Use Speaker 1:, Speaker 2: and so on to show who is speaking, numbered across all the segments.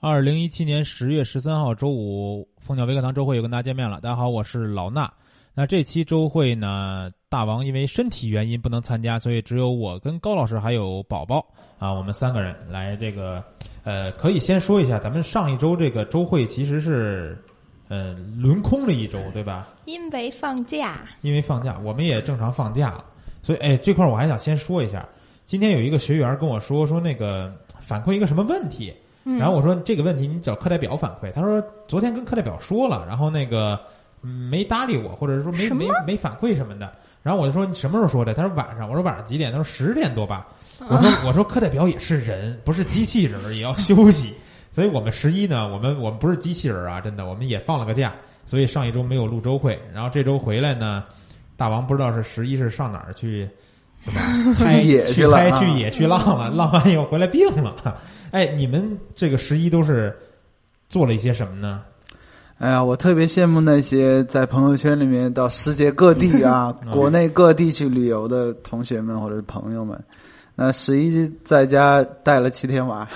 Speaker 1: 二零一七年十月十三号周五，蜂鸟微课堂周会又跟大家见面了。大家好，我是老衲。那这期周会呢，大王因为身体原因不能参加，所以只有我跟高老师还有宝宝啊，我们三个人来这个。呃，可以先说一下，咱们上一周这个周会其实是，呃，轮空了一周，对吧？
Speaker 2: 因为放假，
Speaker 1: 因为放假，我们也正常放假了，所以哎，这块儿我还想先说一下，今天有一个学员跟我说说那个反馈一个什么问题，
Speaker 2: 嗯、
Speaker 1: 然后我说这个问题你找课代表反馈，他说昨天跟课代表说了，然后那个、嗯没搭理我，或者是说没
Speaker 2: 什么
Speaker 1: 没没反馈什么的，然后我就说你什么时候说的？他说晚上，我说晚上几点？他说十点多吧。我
Speaker 2: 啊
Speaker 1: 说我说课代表也是人，不是机器人儿，也要休息。所以我们十一呢，我们我们不是机器人儿啊，真的，我们也放了个假，所以上一周没有录周会，然后这周回来呢，大王不知道是十一是上哪儿去，是 吧？嗨
Speaker 3: 野
Speaker 1: 去
Speaker 3: 去了
Speaker 1: 嗨
Speaker 3: 啊
Speaker 1: 去野去浪了，浪完以后回来病了。哎，你们这个十一都是做了一些什么 呢？
Speaker 3: 哎呀，我特别羡慕那些在朋友圈里面到世界各地啊
Speaker 1: 嗯、
Speaker 3: 国内各地去旅游的同学们或者是朋友们。那十一在家带了七天娃，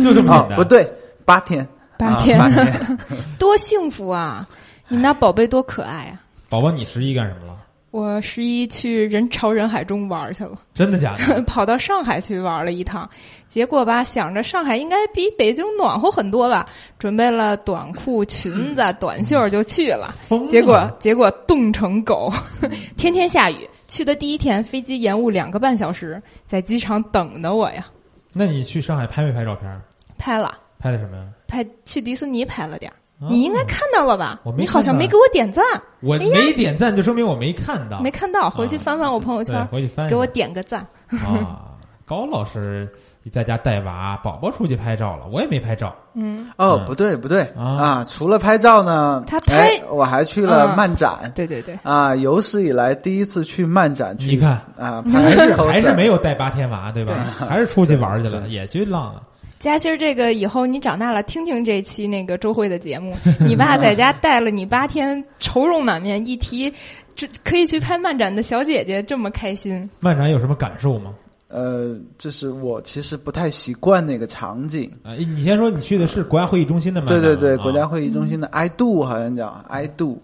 Speaker 1: 就这么
Speaker 3: 哦
Speaker 1: 简单？，
Speaker 3: 不对，八天，
Speaker 2: 八
Speaker 3: 啊
Speaker 2: 天
Speaker 3: 八天。
Speaker 2: 多幸福啊！你们家宝贝多可爱啊！
Speaker 1: 宝宝，你十一干什么了？
Speaker 2: 我十一去人潮人海中玩儿去了，呃
Speaker 1: 真的假的？
Speaker 2: 跑到上海去玩了一趟，结果吧，想着上海应该比北京暖和很多吧，准备了短裤、裙子、短袖就去了。
Speaker 1: 疯了
Speaker 2: 结果结果冻成狗， 天天下雨。去的第一天，飞机延误两个半小时，在机场等的我呀，
Speaker 1: 那你去上海拍没拍照片儿？
Speaker 2: 拍了
Speaker 1: 拍了什么呀？
Speaker 2: 拍去迪士尼拍了点儿。
Speaker 1: 啊
Speaker 2: 你应该看到了吧？
Speaker 1: 我没
Speaker 2: 你好像
Speaker 1: 看到
Speaker 2: 没哦给我点赞，
Speaker 1: 我
Speaker 2: 哎呀
Speaker 1: 没点赞，就说明我没看到。
Speaker 2: 没看到，回去翻翻我朋友圈
Speaker 1: 啊对，，回去翻一下
Speaker 2: 给我点个赞。
Speaker 1: 啊。高老师在家带娃，宝宝出去拍照了，我也没拍照。
Speaker 2: 嗯，
Speaker 3: 哦
Speaker 1: 嗯，
Speaker 3: 不对，不对
Speaker 1: 啊
Speaker 3: 啊！除了拍照呢，
Speaker 2: 他拍
Speaker 3: 哎我还去了
Speaker 2: 啊
Speaker 3: 漫展
Speaker 2: 对对对，
Speaker 3: 啊，有史以来第一次去漫展去。
Speaker 1: 你看
Speaker 3: 啊，
Speaker 1: 还
Speaker 3: 拍
Speaker 1: 是
Speaker 3: coser
Speaker 1: 还是没有带八天娃，对吧？还是出去玩去了，也去浪了。
Speaker 2: 嘉欣儿，这个以后你长大了，听听这期那个周慧的 节目，你爸在家带了你八天，愁容满面，一提这可以去拍漫展的小姐姐这么开心，
Speaker 1: 漫展有什么感受吗？
Speaker 3: 呃，就是我其实不太习惯那个场景。
Speaker 1: 啊，你先说，你去的是国家会议中心的漫展
Speaker 3: 对
Speaker 1: 吗？
Speaker 3: 对对，
Speaker 1: 啊
Speaker 3: 国家会议中心的 I do 好像叫 I do，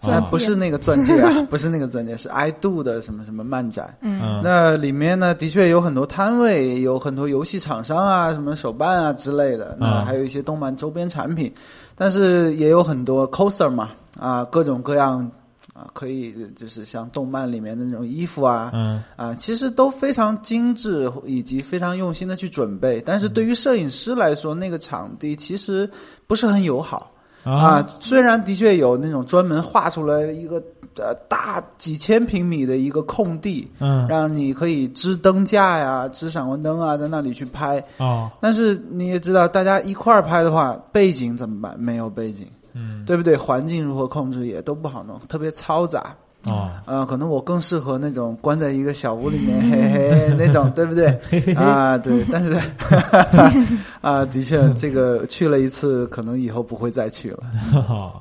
Speaker 1: 钻
Speaker 3: 虽然
Speaker 1: 戒
Speaker 3: 不是那个钻戒啊， 不是那个钻戒，是 I do 的什么什么漫展。
Speaker 1: 嗯，
Speaker 3: 那里面呢，的确有很多摊位，有很多游戏厂商啊，什么手办啊之类的。那
Speaker 1: 嗯
Speaker 3: 还有一些动漫周边产品，但是也有很多 coser 嘛，啊，各种各样啊，可以就是像动漫里面的那种衣服啊，
Speaker 1: 嗯
Speaker 3: 啊，其实都非常精致以及非常用心的去准备，但是对于摄影师来说，那个场地其实不是很友好
Speaker 1: 嗯
Speaker 3: 啊。虽然的确有那种专门画出来一个呃大几千平米的一个空地，
Speaker 1: 嗯
Speaker 3: 让你可以支灯架呀、支闪光灯啊，在那里去拍。
Speaker 1: 哦
Speaker 3: 但是你也知道，大家一块儿拍的话，背景怎么办？没有背景，
Speaker 1: 嗯
Speaker 3: 对不对？环境如何控制也都不好弄，特别嘈杂。
Speaker 1: 哦
Speaker 3: 啊、可能我更适合那种关在一个小屋里面，嘿嘿，那种，对不对？啊，对，但是，啊，的确，这个去了一次，可能以后不会再去了。
Speaker 1: 哦，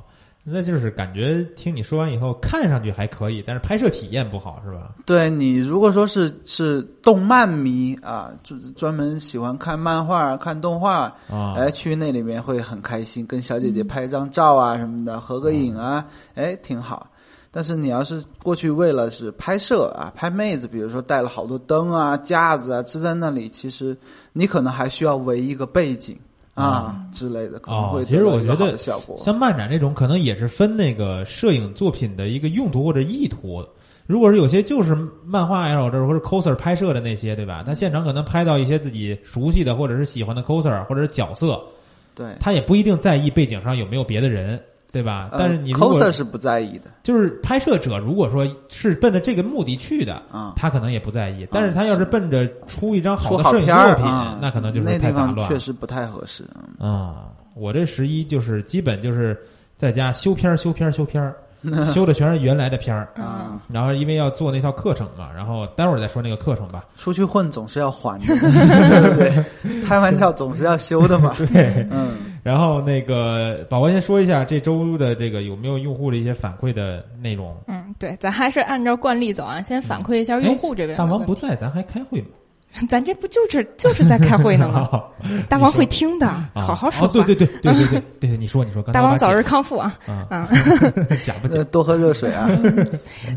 Speaker 1: 那就是感觉听你说完以后，看上去还可以，但是拍摄体验不好，是吧？
Speaker 3: 对你，如果说是是动漫迷啊，就是专门喜欢看漫画、看动画，
Speaker 1: 啊，
Speaker 3: 哎，去那里面会很开心，跟小姐姐拍张照啊什么
Speaker 1: 嗯
Speaker 3: 的，合个影啊，哎，挺好。但是你要是过去为了是拍摄啊、拍妹子，比如说带了好多灯啊、架子啊支在那里，其实你可能还需要围一个背景啊、之类的，可能
Speaker 1: 哦
Speaker 3: 会
Speaker 1: 其实
Speaker 3: 得到
Speaker 1: 我
Speaker 3: 一个
Speaker 1: 觉
Speaker 3: 好
Speaker 1: 得
Speaker 3: 的效果。
Speaker 1: 像漫展这种，可能也是分那个摄影作品的一个用途或者意图。如果是有些就是漫画爱好者或者 coser 拍摄的那些，对吧？他现场可能拍到一些自己熟悉的或者是喜欢的 coser 或者是角色，
Speaker 3: 对，
Speaker 1: 他也不一定在意背景上有没有别的人，对吧？但是你如
Speaker 3: 呃、coser
Speaker 1: 果
Speaker 3: 是不在意的
Speaker 1: 就是拍摄者，如果说是奔着这个目的去的，
Speaker 3: 啊。
Speaker 1: 他可能也不在意。但是
Speaker 3: 嗯
Speaker 1: 他要是
Speaker 3: 是
Speaker 1: 奔着出一张好
Speaker 3: 说
Speaker 1: 的
Speaker 3: 好
Speaker 1: 摄影
Speaker 3: 片
Speaker 1: 作
Speaker 3: 儿
Speaker 1: 品，
Speaker 3: 啊，
Speaker 1: 那可能就是
Speaker 3: 那
Speaker 1: 太
Speaker 3: 地
Speaker 1: 杂
Speaker 3: 方
Speaker 1: 乱了。
Speaker 3: 确实不太合适。嗯
Speaker 1: 啊，我这十一就是基本就是在家修片儿、修片儿、修片儿， 修的全是原来的片儿。
Speaker 2: 嗯，
Speaker 1: 然后因为要做那套课程嘛，然后待会儿再说那个课程吧。
Speaker 3: 出去混总是 要还的，对不对？开玩笑总是要修的嘛。
Speaker 1: 对，
Speaker 3: 嗯，
Speaker 1: 然后那个宝宝先说一下这周的这个有没有用户的一些反馈的内容。
Speaker 2: 嗯嗯，对，咱还是按照惯例走啊，先反馈一下用户这边的
Speaker 1: 大
Speaker 2: 问题。
Speaker 1: 王不在，咱还开会吗？
Speaker 2: 咱这不就是就是在开会呢 吗？
Speaker 1: 好
Speaker 2: 大王会听的，
Speaker 1: 啊
Speaker 2: 好好说
Speaker 1: 哦
Speaker 2: 话。
Speaker 1: 对对对对对 对对，你说你说，刚才
Speaker 2: 大王早日
Speaker 1: 我
Speaker 2: 康复啊！
Speaker 1: 把解
Speaker 2: 啊，
Speaker 1: 啊， 假不
Speaker 3: 呃
Speaker 1: 假？
Speaker 3: 多喝热水啊。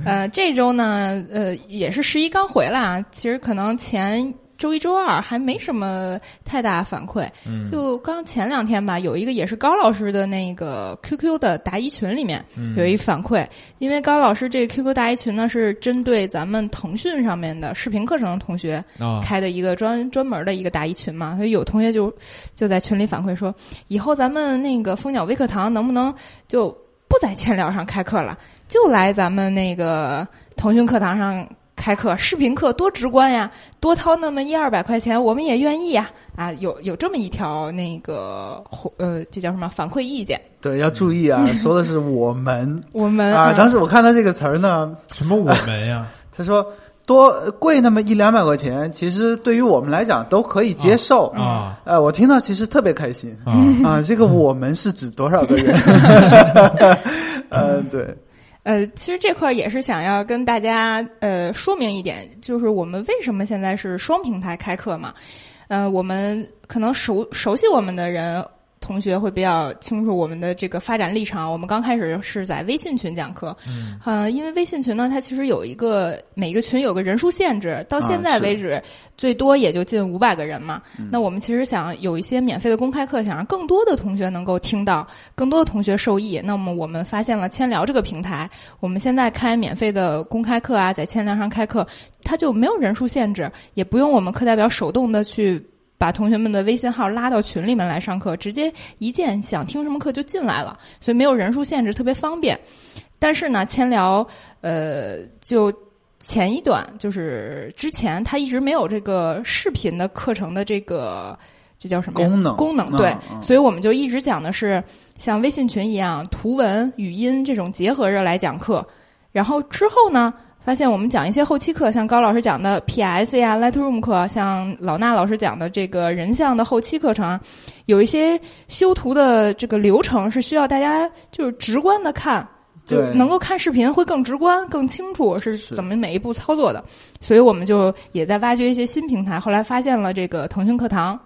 Speaker 2: 呃，这周呢，呃，也是十一刚回来啊，其实可能前周一、周二还没什么太大反馈，
Speaker 1: 嗯，
Speaker 2: 就刚前两天吧，有一个也是高老师的那个 QQ 的答疑群里面
Speaker 1: 嗯
Speaker 2: 有一反馈，因为高老师这个 QQ 答疑群呢是针对咱们腾讯上面的视频课程的同学
Speaker 1: 啊，
Speaker 2: 开的一个专专门的一个答疑群嘛，所以有同学就就在群里反馈说，以后咱们那个蜂鸟微课堂能不能就不在千聊上开课了，就来咱们那个腾讯课堂上开课，视频课多直观呀，多掏那么一二百块钱，我们也愿意呀。啊，有有这么一条那个呃，这叫什么反馈意见？
Speaker 3: 对，要注意啊，说的是我们
Speaker 2: 我们
Speaker 3: 啊。
Speaker 2: 嗯
Speaker 3: 当时我看到这个词儿呢，
Speaker 1: 什么我们呀？
Speaker 3: 他说多贵那么一两百块钱，其实对于我们来讲都可以接受
Speaker 1: 啊。
Speaker 3: 呃，我听到其实特别开心
Speaker 1: 啊，
Speaker 2: 嗯
Speaker 3: 啊。这个我们是指多少 个人？呃，对，
Speaker 2: 呃，其实这块儿也是想要跟大家呃说明一点，就是我们为什么现在是双平台开课嘛？呃，我们可能熟熟悉我们的人。同学会比较清楚我们的这个发展历程啊。我们刚开始是在微信群讲课，
Speaker 1: 嗯，
Speaker 2: 呃，因为微信群呢，它其实有一个每一个群有个人数限制，到
Speaker 3: 啊
Speaker 2: 现在
Speaker 3: 是
Speaker 2: 为止、最多也就近五百个人嘛。
Speaker 3: 嗯
Speaker 2: 那我们其实想有一些免费的公开课，想让更多的同学能够听到，更多的同学受益。那么我们发现了千聊这个平台，我们现在开免费的公开课啊，在千聊上开课，它就没有人数限制，也不用我们课代表手动的去。把同学们的微信号拉到群里面来上课，直接一键想听什么课就进来了，所以没有人数限制，特别方便。但是呢，千聊呃，就前一段就是之前它一直没有这个视频的课程的这个这叫什么呀
Speaker 3: 功能
Speaker 2: 功能
Speaker 3: 嗯
Speaker 2: 对，
Speaker 3: 嗯
Speaker 2: 所以我们就一直讲的是像微信群一样，图文、语音这种结合着来讲课。然后之后呢，发现我们讲一些后期课，像高老师讲的 PS 呀、Lightroom 课，啊像老衲老师讲的这个人像的后期课程啊，有一些修图的这个流程是需要大家就是直观的看，就
Speaker 3: 对
Speaker 2: 能够看视频会更直观、更清楚是
Speaker 3: 是
Speaker 2: 怎么每一步操作的。所以我们就也在挖掘一些新平台，后来发现了这个腾讯课堂。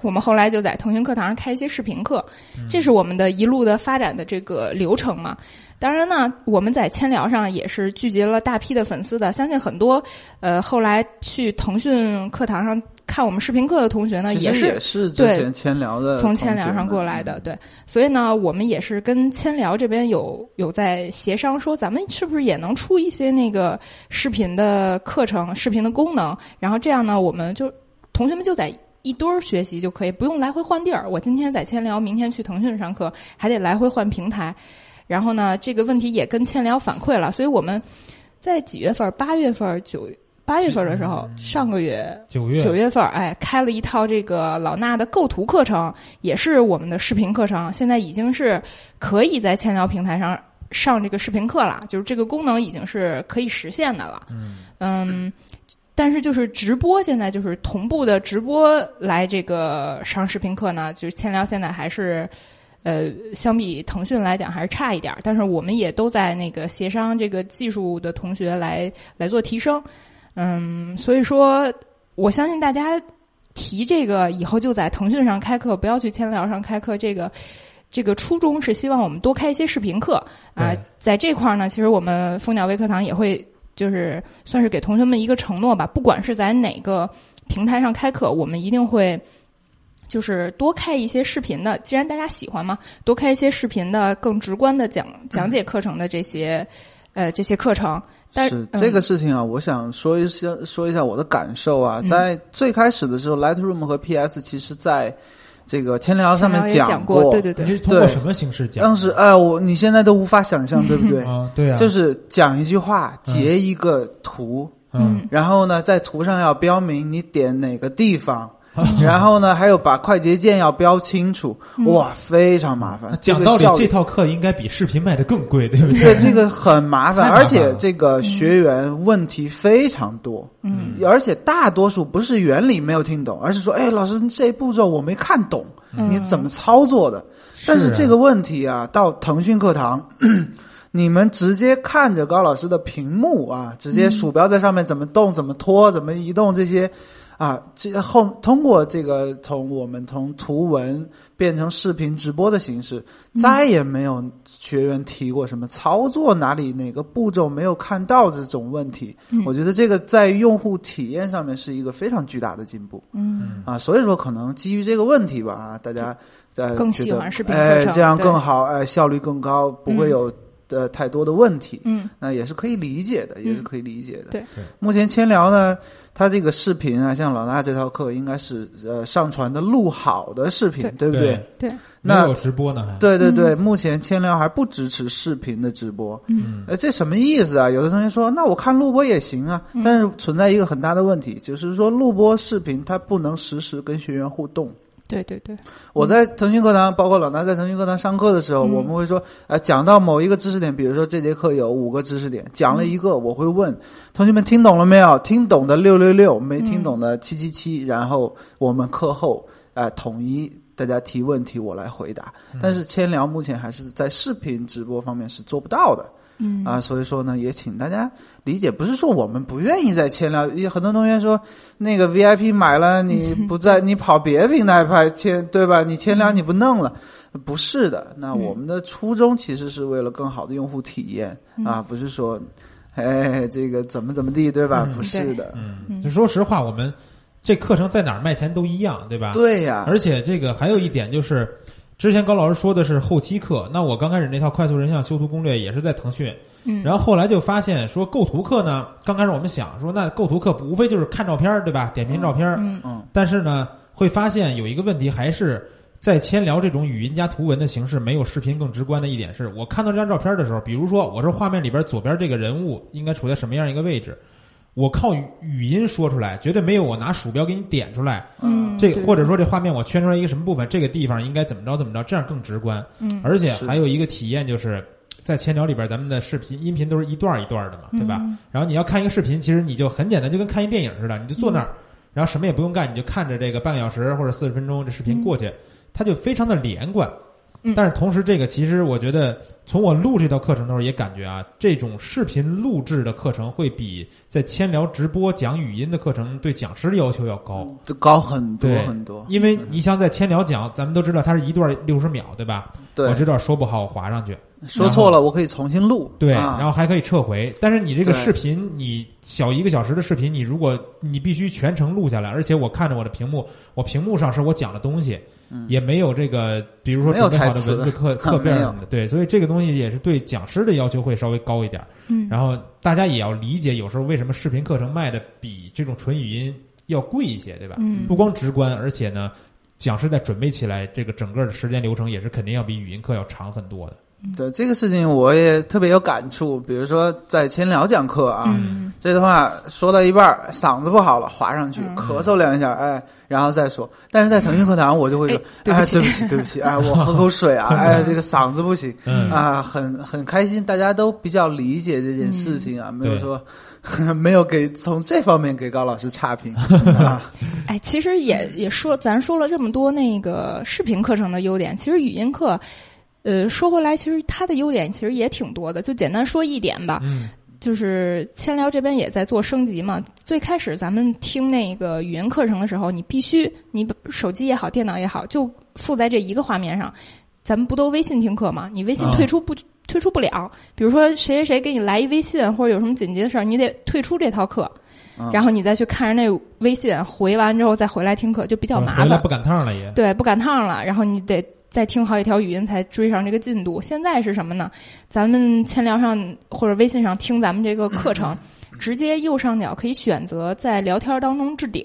Speaker 2: 我们后来就在腾讯课堂上开一些视频课，
Speaker 3: 嗯
Speaker 2: 这是我们的一路的发展的这个流程嘛。当然呢，我们在千聊上也是聚集了大批的粉丝的，相信很多呃后来去腾讯课堂上看我们视频课的同学呢，
Speaker 3: 其实
Speaker 2: 也是
Speaker 3: 也是之
Speaker 2: 对
Speaker 3: 前千聊的嗯
Speaker 2: 从
Speaker 3: 同
Speaker 2: 千聊
Speaker 3: 学
Speaker 2: 上
Speaker 3: 们
Speaker 2: 过来的，对，所以呢，我们也是跟千聊这边有有在协商，说咱们是不是也能出一些那个视频的课程、视频的功能，然后这样呢，我们就同学们就在一堆儿学习就可以，不用来回换地儿。我今天在千聊，明天去腾讯上课，还得来回换平台。然后呢，这个问题也跟千聊反馈了，所以我们在几月份儿？八月份儿、九八月份儿的时候，上个月
Speaker 1: 九月
Speaker 2: 九月份儿，哎，开了一套这个老衲的构图课程，也是我们的视频课程，现在已经是可以在千聊平台上上这个视频课了，就是这个功能已经是可以实现的了。
Speaker 1: 嗯
Speaker 2: 嗯，但是就是直播现在就是同步的直播来这个上视频课呢，就是千聊现在还是。呃，相比腾讯来讲还是差一点儿，但是我们也都在那个协商这个技术的同学来来做提升。嗯，所以说我相信大家提这个以后就在腾讯上开课，不要去千聊上开课。这个这个初衷是希望我们多开一些视频课啊
Speaker 1: 对，
Speaker 2: 在这块儿呢，其实我们蜂鸟微课堂也会就是算是给同学们一个承诺吧，不管是在哪个平台上开课，我们一定会。就是多开一些视频的，既然大家喜欢嘛，多开一些视频的更直观的讲
Speaker 1: 嗯
Speaker 2: 讲解课程的这些，呃，这些课程。但
Speaker 3: 是
Speaker 2: 嗯
Speaker 3: 这个事情啊，我想说一下，说一下我的感受啊。
Speaker 2: 嗯
Speaker 3: 在最开始的时候，Lightroom 和 PS 其实在这个千聊上面
Speaker 2: 前嗯面也讲过，对对
Speaker 1: 你
Speaker 2: 对，
Speaker 1: 是通过
Speaker 3: 对
Speaker 1: 什么形式讲？
Speaker 3: 当时哎，我你现在都无法想
Speaker 2: 嗯
Speaker 3: 象，对不对？
Speaker 1: 啊，对啊，
Speaker 3: 就是讲一句话，
Speaker 1: 嗯
Speaker 3: 截一个图，
Speaker 1: 嗯，
Speaker 3: 然后呢，在图上要标明你点哪个地方，
Speaker 1: 嗯哦
Speaker 3: 然后呢，还有把快捷键要标清楚。
Speaker 2: 嗯
Speaker 3: 哇，非常麻烦。
Speaker 1: 讲
Speaker 3: 个
Speaker 1: 道理
Speaker 3: 效，率
Speaker 1: 这套课应该比视频卖的更贵，对不
Speaker 3: 对
Speaker 1: 对？
Speaker 3: 这个很麻烦，
Speaker 1: 太麻烦
Speaker 3: 而且
Speaker 1: 了
Speaker 3: 这个学员问题非常多。
Speaker 2: 嗯
Speaker 3: 而且大多数不是原理没有听懂，而是说，哎，老师这步骤我没看懂，
Speaker 2: 嗯
Speaker 3: 你怎么操作的？但是这个问题啊，到腾讯课堂， 你们直接看着高老师的屏幕啊，直接鼠标在上面怎么动、怎么拖、怎么移动这些，啊，这后通过这个从我们从图文变成视频直播的形式，再也没有学员提过什么操作哪里哪个步骤没有看到这种问题。
Speaker 2: 嗯
Speaker 3: 我觉得这个在用户体验上面是一个非常巨大的进步
Speaker 2: 嗯，
Speaker 3: 啊，所以说可能基于这个问题吧啊，大家呃
Speaker 2: 更
Speaker 3: 觉
Speaker 2: 喜
Speaker 3: 得
Speaker 2: 欢视频课
Speaker 3: 哎
Speaker 2: 程
Speaker 3: 这样
Speaker 2: 对
Speaker 3: 更好，哎效率更高，不会
Speaker 2: 嗯
Speaker 3: 有呃太多的问题。
Speaker 2: 嗯
Speaker 3: 那也是可以理解的，也是
Speaker 2: 嗯
Speaker 3: 可以理解的。
Speaker 2: 对
Speaker 1: 对
Speaker 3: 目前千聊呢，它这个视频啊，像老大这套课应该是呃上传的录好的视频，
Speaker 2: 对
Speaker 3: 对不对？
Speaker 2: 嗯对，
Speaker 1: 没
Speaker 3: 那
Speaker 1: 有直播呢还。
Speaker 3: 对对对
Speaker 2: 嗯
Speaker 3: 目前千聊还不支持视频的直播。
Speaker 2: 嗯
Speaker 1: 嗯，
Speaker 3: 呃，这什么意思啊？有的同学说，那我看录播也行啊，
Speaker 2: 嗯
Speaker 3: 但是存在一个很大的问题，就是说录播视频它不能实时跟学员互动。
Speaker 2: 对对对，
Speaker 3: 我在腾讯课堂，包括老南在腾讯课堂上课的时候，
Speaker 2: 嗯
Speaker 3: 我们会说，呃，讲到某一个知识点，比如说这节课有五个知识点，讲了一个，我会问同学们听懂了没有？听懂的六六六，没听懂的七七七，然后我们课后呃统一大家提问题，我来回答。但是千聊目前还是在视频直播方面是做不到的。
Speaker 2: 嗯
Speaker 3: 啊，所以说呢，也请大家理解，不是说我们不愿意在千聊，也很多同学说那个 VIP 买了，你不在，你跑别平台拍千，对吧？你千聊你不弄了，不是的。那我们的初衷其实是为了更好的用户体验、
Speaker 2: 嗯
Speaker 3: 啊，不是说，哎，这个怎么怎么地，对吧？
Speaker 1: 嗯
Speaker 3: 不是的，
Speaker 1: 嗯，就说实话，我们这课程在哪儿卖钱都一样，对吧？。
Speaker 3: 对啊呀、
Speaker 1: 而且这个还有一点就是，之前高老师说的是后期课，那我刚开始那套快速人像修图攻略也是在腾讯，
Speaker 2: 嗯，
Speaker 1: 然后后来就发现说构图课呢，刚开始我们想说那构图课无非就是看照片儿，对吧？点评照片儿，
Speaker 2: 嗯
Speaker 3: 嗯，
Speaker 1: 但是呢，会发现有一个问题，还是在千聊这种语音加图文的形式，没有视频更直观的一点是，我看到这张照片的时候，比如说我说画面里边左边这个人物应该处在什么样一个位置，我靠语语音说出来，绝对没有我拿鼠标给你点出来，
Speaker 2: 嗯，
Speaker 1: 这
Speaker 2: 对
Speaker 1: 或者说这画面我圈出来一个什么部分，这个地方应该怎么着怎么着，这样更直观。
Speaker 2: 嗯，
Speaker 1: 而且
Speaker 3: 是
Speaker 1: 还有一个体验就是。在千聊里边，咱们的视频、音频都是一段儿一段儿的嘛，对吧？
Speaker 2: 嗯
Speaker 1: 然后你要看一个视频，其实你就很简单，就跟看一电影似的，你就坐那儿，然后什么也不用干，你就看着这个半个小时或者四十分钟这视频过去，它就非常的连贯。
Speaker 2: 嗯
Speaker 1: 但是同时，这个其实我觉得，从我录这套课程的时候也感觉啊，这种视频录制的课程会比在千聊直播讲语音的课程对讲师的要求要高，
Speaker 3: 这高很多
Speaker 1: 对
Speaker 3: 很多，
Speaker 1: 因为你像在千聊讲，咱们都知道它是一段六十秒，对吧？我
Speaker 3: 对，
Speaker 1: 这段说不好，我划上去，
Speaker 3: 说错了我可以重新录，
Speaker 1: 对，
Speaker 3: 啊、
Speaker 1: 然后还可以撤回。但是你这个
Speaker 3: 对
Speaker 1: 视频，你小一个小时的视频，你如果你必须全程录下来，而且我看着我的屏幕，我屏幕上是我讲的东西，
Speaker 3: 嗯
Speaker 1: 也没有这个，比如说
Speaker 3: 没有
Speaker 1: 准备好
Speaker 3: 台词
Speaker 1: 的文字课课
Speaker 3: 没有
Speaker 1: 边什么的，对，所以这个东西也是对讲师的要求会稍微高一点。
Speaker 2: 嗯，
Speaker 1: 然后大家也要理解，有时候为什么视频课程卖的比这种纯语音要贵一些，对吧？
Speaker 2: 嗯
Speaker 1: 不光直观，而且呢，讲师在准备起来，这个整个的时间流程也是肯定要比语音课要长很多的。
Speaker 3: 对这个事情我也特别有感触，比如说在千聊讲课啊，
Speaker 2: 嗯
Speaker 3: 这段话说到一半儿，嗓子不好了，划上去，
Speaker 2: 嗯
Speaker 3: 咳嗽两下，哎，然后再说。但是在腾讯课堂，我就会说，
Speaker 2: 哎
Speaker 3: 哎，
Speaker 2: 对
Speaker 3: 对
Speaker 2: 不
Speaker 3: 不起，对不起，哎，我喝口水 啊，哎，这个嗓子不行
Speaker 1: 嗯
Speaker 3: 啊，很很开心，大家都比较理解这件事情
Speaker 2: 嗯
Speaker 3: 啊，没有
Speaker 1: 对
Speaker 3: 说 没有给从这方面给高老师差 评啊，
Speaker 2: 哎，其实也也说，咱说了这么多那个视频课程的优点，其实语音课，呃，说回来，其实它的优点其实也挺多的。就简单说一点吧，
Speaker 1: 嗯
Speaker 2: 就是千聊这边也在做升级嘛。最开始咱们听那个语音课程的时候，你必须你把手机也好，电脑也好，就附在这一个画面上。咱们不都微信听课吗？你微信
Speaker 1: 啊
Speaker 2: 退出不、退出不了，比如说谁谁谁给你来一微信，或者有什么紧急的事儿，你得退出这套课，
Speaker 3: 嗯
Speaker 2: 然后你再去看人家微信，回完之后再回来听课，就比较麻
Speaker 1: 回来
Speaker 2: 烦
Speaker 1: 不。赶趟了也。
Speaker 2: 对，不赶趟了，然后你得再听好几条语音才追上这个进度。现在是什么呢？咱们千聊上或者微信上听咱们这个课程，
Speaker 1: 嗯
Speaker 2: 直接右上角可以选择在聊天当中置顶。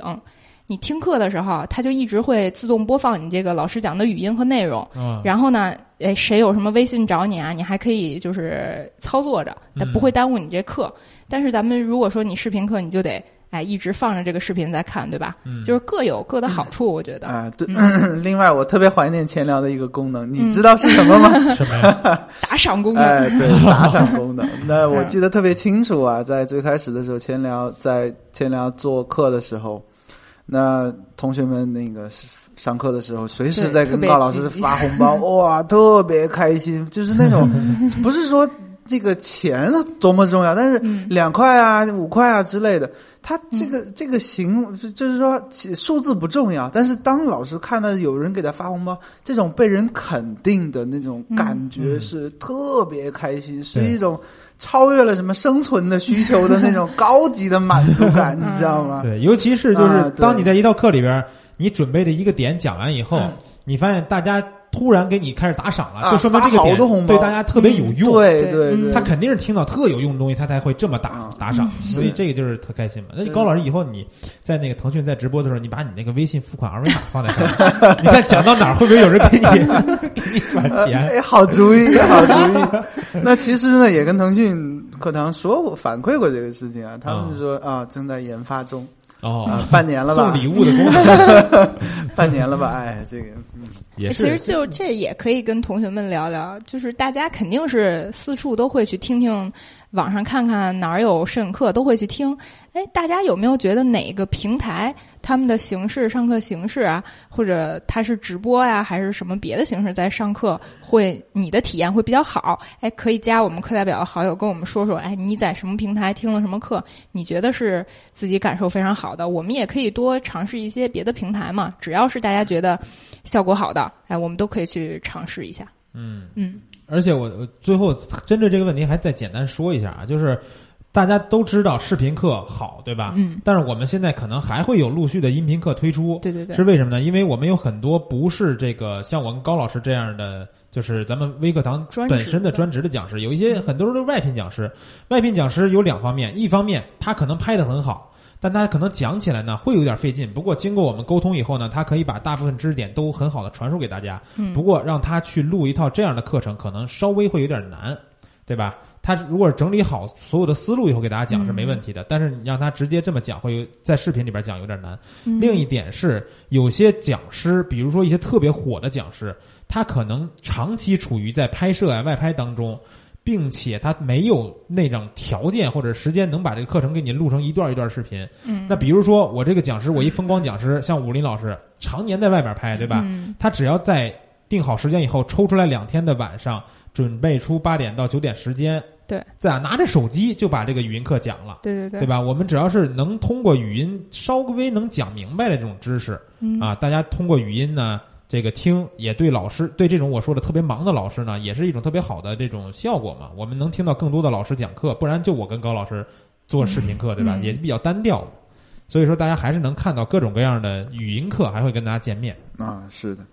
Speaker 2: 你听课的时候，啊它就一直会自动播放你这个老师讲的语音和内容。
Speaker 1: 啊，
Speaker 2: 然后呢，哎，谁有什么微信找你啊？你还可以就是操作着，但
Speaker 1: 嗯
Speaker 2: 不会耽误你这课。但是咱们如果说你视频课，你就得哎一直放着这个视频在看，对吧？
Speaker 1: 嗯
Speaker 2: 就是各有各的好处，我觉得。
Speaker 3: 啊，对。
Speaker 2: 嗯
Speaker 3: 另外，我特别怀念千聊的一个功能，你知道是什么吗？
Speaker 1: 什么呀？
Speaker 2: 打赏功嗯能，
Speaker 3: 哎， 对，打赏功能。那我记得特别清楚啊，在最开始的时候，千聊在千聊做课的时候，那同学们那个上课的时候，随时在
Speaker 2: 对特
Speaker 3: 跟
Speaker 2: 别
Speaker 3: 高老师
Speaker 2: 积极
Speaker 3: 发红包，哇，特别开心，就是那种不是说。这个钱多么重要，但是
Speaker 2: 嗯
Speaker 3: 两块啊、五块啊之类的，它这个、这个行，就就是说其数字不重要，但是当老师看到有人给他发红包，这种被人肯定的那种感觉
Speaker 1: 嗯
Speaker 3: 是特别开心，是
Speaker 1: 对
Speaker 3: 一种超越了什么生存的需求的那种高级的满足 感，
Speaker 2: 嗯
Speaker 3: 你知道吗？
Speaker 1: 对，尤其是就
Speaker 3: 啊
Speaker 1: 是
Speaker 3: 对
Speaker 1: 当你在一道课里边，你准备的一个点讲完以后，你发现大家突然给你开始打赏了，
Speaker 3: 嗯啊
Speaker 1: 就说明这个
Speaker 3: 发好多
Speaker 1: 点
Speaker 3: 红包
Speaker 1: 对大家特别有用。
Speaker 3: 对
Speaker 2: 对
Speaker 3: 对
Speaker 2: 嗯
Speaker 3: 对，
Speaker 1: 他肯定是听到特有用的东西，他才会这么打
Speaker 3: 啊
Speaker 1: 打赏，
Speaker 2: 嗯
Speaker 1: 所以这个就是特开心嘛。那你
Speaker 3: 是
Speaker 1: 高老师以后你在那个腾讯在直播的时候，你把你那个微信付款二维码放在上 面，你看讲到哪儿会不会有人给你给你转钱？
Speaker 3: 哎，好 主意，好主意。那其实呢，也跟腾讯课堂说过反馈过这个事情啊，他们说啊，正在研发中
Speaker 1: 哦
Speaker 3: 啊，，半年了
Speaker 1: 送
Speaker 3: 吧，
Speaker 1: 礼物的
Speaker 2: 哎
Speaker 1: 功能
Speaker 3: 半年了吧，哎，这个
Speaker 1: 也
Speaker 2: 其实
Speaker 1: 是。
Speaker 2: 就这也可以跟同学们聊聊，就是大家肯定是四处都会去听听，网上看看哪儿有摄影课都会去听。哎，大家有没有觉得哪个平台他们的形式上课形式啊，或者它是直播呀、还是什么别的形式在上课会你的体验会比较好？哎，可以加我们课代表的好友跟我们说说，哎，你在什么平台听了什么课？你觉得是自己感受非常好的，我们也可以多尝试一些别的平台嘛。只要是大家觉得效果好的，哎，我们都可以去尝试一下。
Speaker 1: 嗯，
Speaker 2: 嗯
Speaker 1: 而且我我最后针对这个问题还再简单说一下啊，就是大家都知道视频课好，对吧？
Speaker 2: 嗯，
Speaker 1: 但是我们现在可能还会有陆续的音频课推出，
Speaker 2: 对对对
Speaker 1: 是，为什么呢？因为我们有很多不是这个像我跟高老师这样的，就是咱们微课堂
Speaker 2: 专职
Speaker 1: 本身的
Speaker 2: 的嗯
Speaker 1: 专职的讲师，有一些很多都是外聘讲师。外聘讲师有两方面，一方面他可能拍的很好。但他可能讲起来呢会有点费劲，不过经过我们沟通以后呢，他可以把大部分知识点都很好的传输给大家。
Speaker 2: 嗯
Speaker 1: 不过让他去录一套这样的课程，可能稍微会有点难，对吧？他如果整理好所有的思路以后给大家讲
Speaker 2: 嗯
Speaker 1: 是没问题的，但是你让他直接这么讲，会有在视频里边讲有点难。
Speaker 2: 嗯
Speaker 1: 另一点是，有些讲师，比如说一些特别火的讲师，他可能长期处于在拍摄啊、外拍当中，并且他没有那种条件或者时间能把这个课程给你录成一段一段视频。
Speaker 2: 嗯，
Speaker 1: 那比如说我这个讲师，我一风光讲师，像武林老师，常年在外边拍，对吧？
Speaker 2: 嗯
Speaker 1: 他只要在定好时间以后，抽出来两天的晚上，准备出八点到九点时间，
Speaker 2: 对，
Speaker 1: 再拿着手机就把这个语音课讲了。
Speaker 2: 对对对
Speaker 1: 对吧？我们只要是能通过语音稍微能讲明白的这种知识
Speaker 2: 嗯
Speaker 1: 啊，大家通过语音呢，这个听也对老师对这种我说的特别忙的老师呢，也是一种特别好的这种效果嘛。我们能听到更多的老师讲课，不然就我跟高老师做视频课，对吧？
Speaker 2: 嗯
Speaker 1: 也比较单调。所以说，大家还是能看到各种各样的语音课，还会跟大家见面。
Speaker 3: 啊，是的，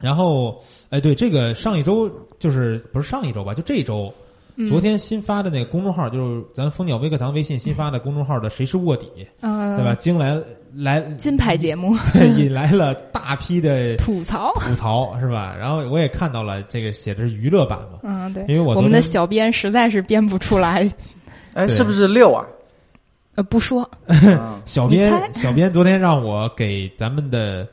Speaker 1: 然后，哎，对，这个上一周就是不是上一周吧？就这一周，
Speaker 2: 嗯
Speaker 1: 昨天新发的那个公众号，就是咱蜂鸟微课堂微信新发的公众号的“谁是卧底”，
Speaker 2: 嗯，
Speaker 1: 对吧？嗯
Speaker 2: 呃
Speaker 1: 惊来 来
Speaker 2: 金牌节目
Speaker 1: 引来了大批的
Speaker 2: 吐槽，
Speaker 1: 吐槽，是吧？然后我也看到了这个写的是娱乐版嘛，
Speaker 2: 嗯，对，
Speaker 1: 因为我
Speaker 2: 我
Speaker 1: 昨天
Speaker 2: 们的小编实在是编不出来，
Speaker 3: 哎，
Speaker 1: 对
Speaker 3: 是不是 六啊？
Speaker 2: 呃，不说，
Speaker 3: 啊
Speaker 1: 小
Speaker 2: 你
Speaker 1: 编
Speaker 2: 猜
Speaker 1: 小编昨天让我给咱们的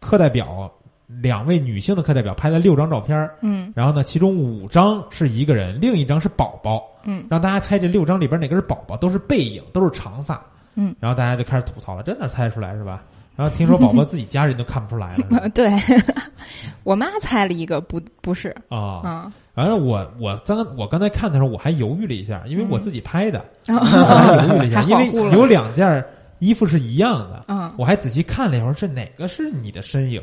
Speaker 1: 课代表两位女性的课代表拍了六张照片儿
Speaker 2: 嗯
Speaker 1: 然后呢，其中五张是一个人，另一张是宝宝。
Speaker 2: 嗯
Speaker 1: 让大家猜这六张里边哪个是宝宝，都是背影，都是长发。
Speaker 2: 嗯，
Speaker 1: 然后大家就开始吐槽了，真的猜出来是吧？然后听说宝宝自己家人都看不出来了是吧
Speaker 2: 呃对，我妈猜了一个，不不是，
Speaker 1: 啊。
Speaker 2: 啊，
Speaker 1: 反正我我刚我刚才看的时候，我还犹豫了一下，因为我自己拍 的，
Speaker 2: 然
Speaker 1: 我
Speaker 2: 后
Speaker 1: 还犹豫了一下，
Speaker 2: 还
Speaker 1: 因
Speaker 2: 恍惚
Speaker 1: 为
Speaker 2: 了
Speaker 1: 有两件衣服是一样的，
Speaker 2: 嗯，
Speaker 1: 我还仔细看了一会儿，这哪个是你的身影？